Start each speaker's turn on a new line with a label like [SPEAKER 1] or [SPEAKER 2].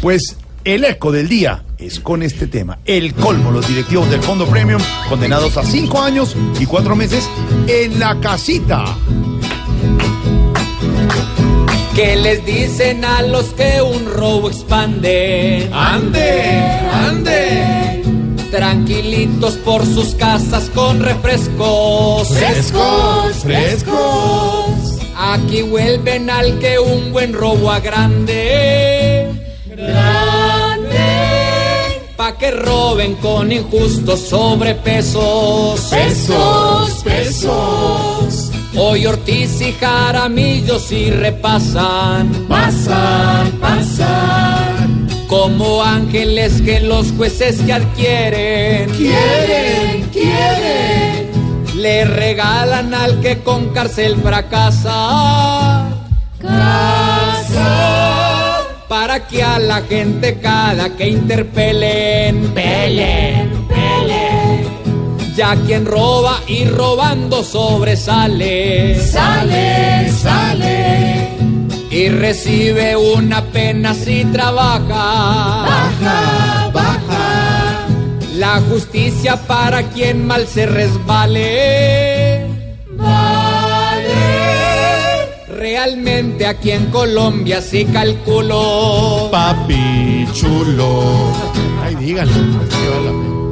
[SPEAKER 1] Pues el eco del día es con este tema. El colmo, los directivos del Fondo Premium condenados a cinco años y cuatro meses en la casita.
[SPEAKER 2] ¿Qué les dicen a los que un robo expande?
[SPEAKER 1] Ah.
[SPEAKER 3] Ande, ande,
[SPEAKER 2] Tranquilitos por sus casas con refrescos.
[SPEAKER 3] frescos, frescos.
[SPEAKER 2] Aquí vuelven al que un buen robo a grande. Grande. Pa' que roben con injustos sobrepesos.
[SPEAKER 3] Pesos, pesos,
[SPEAKER 2] Hoy Ortiz y Jaramillo si repasan.
[SPEAKER 3] pasan, pasan.
[SPEAKER 2] Como ángeles que los jueces que adquieren.
[SPEAKER 3] Quieren, quieren.
[SPEAKER 2] Le regalan al que con cárcel fracasa. Para que a la gente cada que interpelen. Pelen, pelen. Ya quien roba y robando sobresale.
[SPEAKER 3] Sale, sale.
[SPEAKER 2] Y recibe una pena si trabaja.
[SPEAKER 3] Baja, baja.
[SPEAKER 2] La justicia para quien mal se resbale. Realmente aquí en Colombia sí calculó.
[SPEAKER 3] Papi chulo.
[SPEAKER 1] Ay,
[SPEAKER 3] pues,
[SPEAKER 1] díganlo.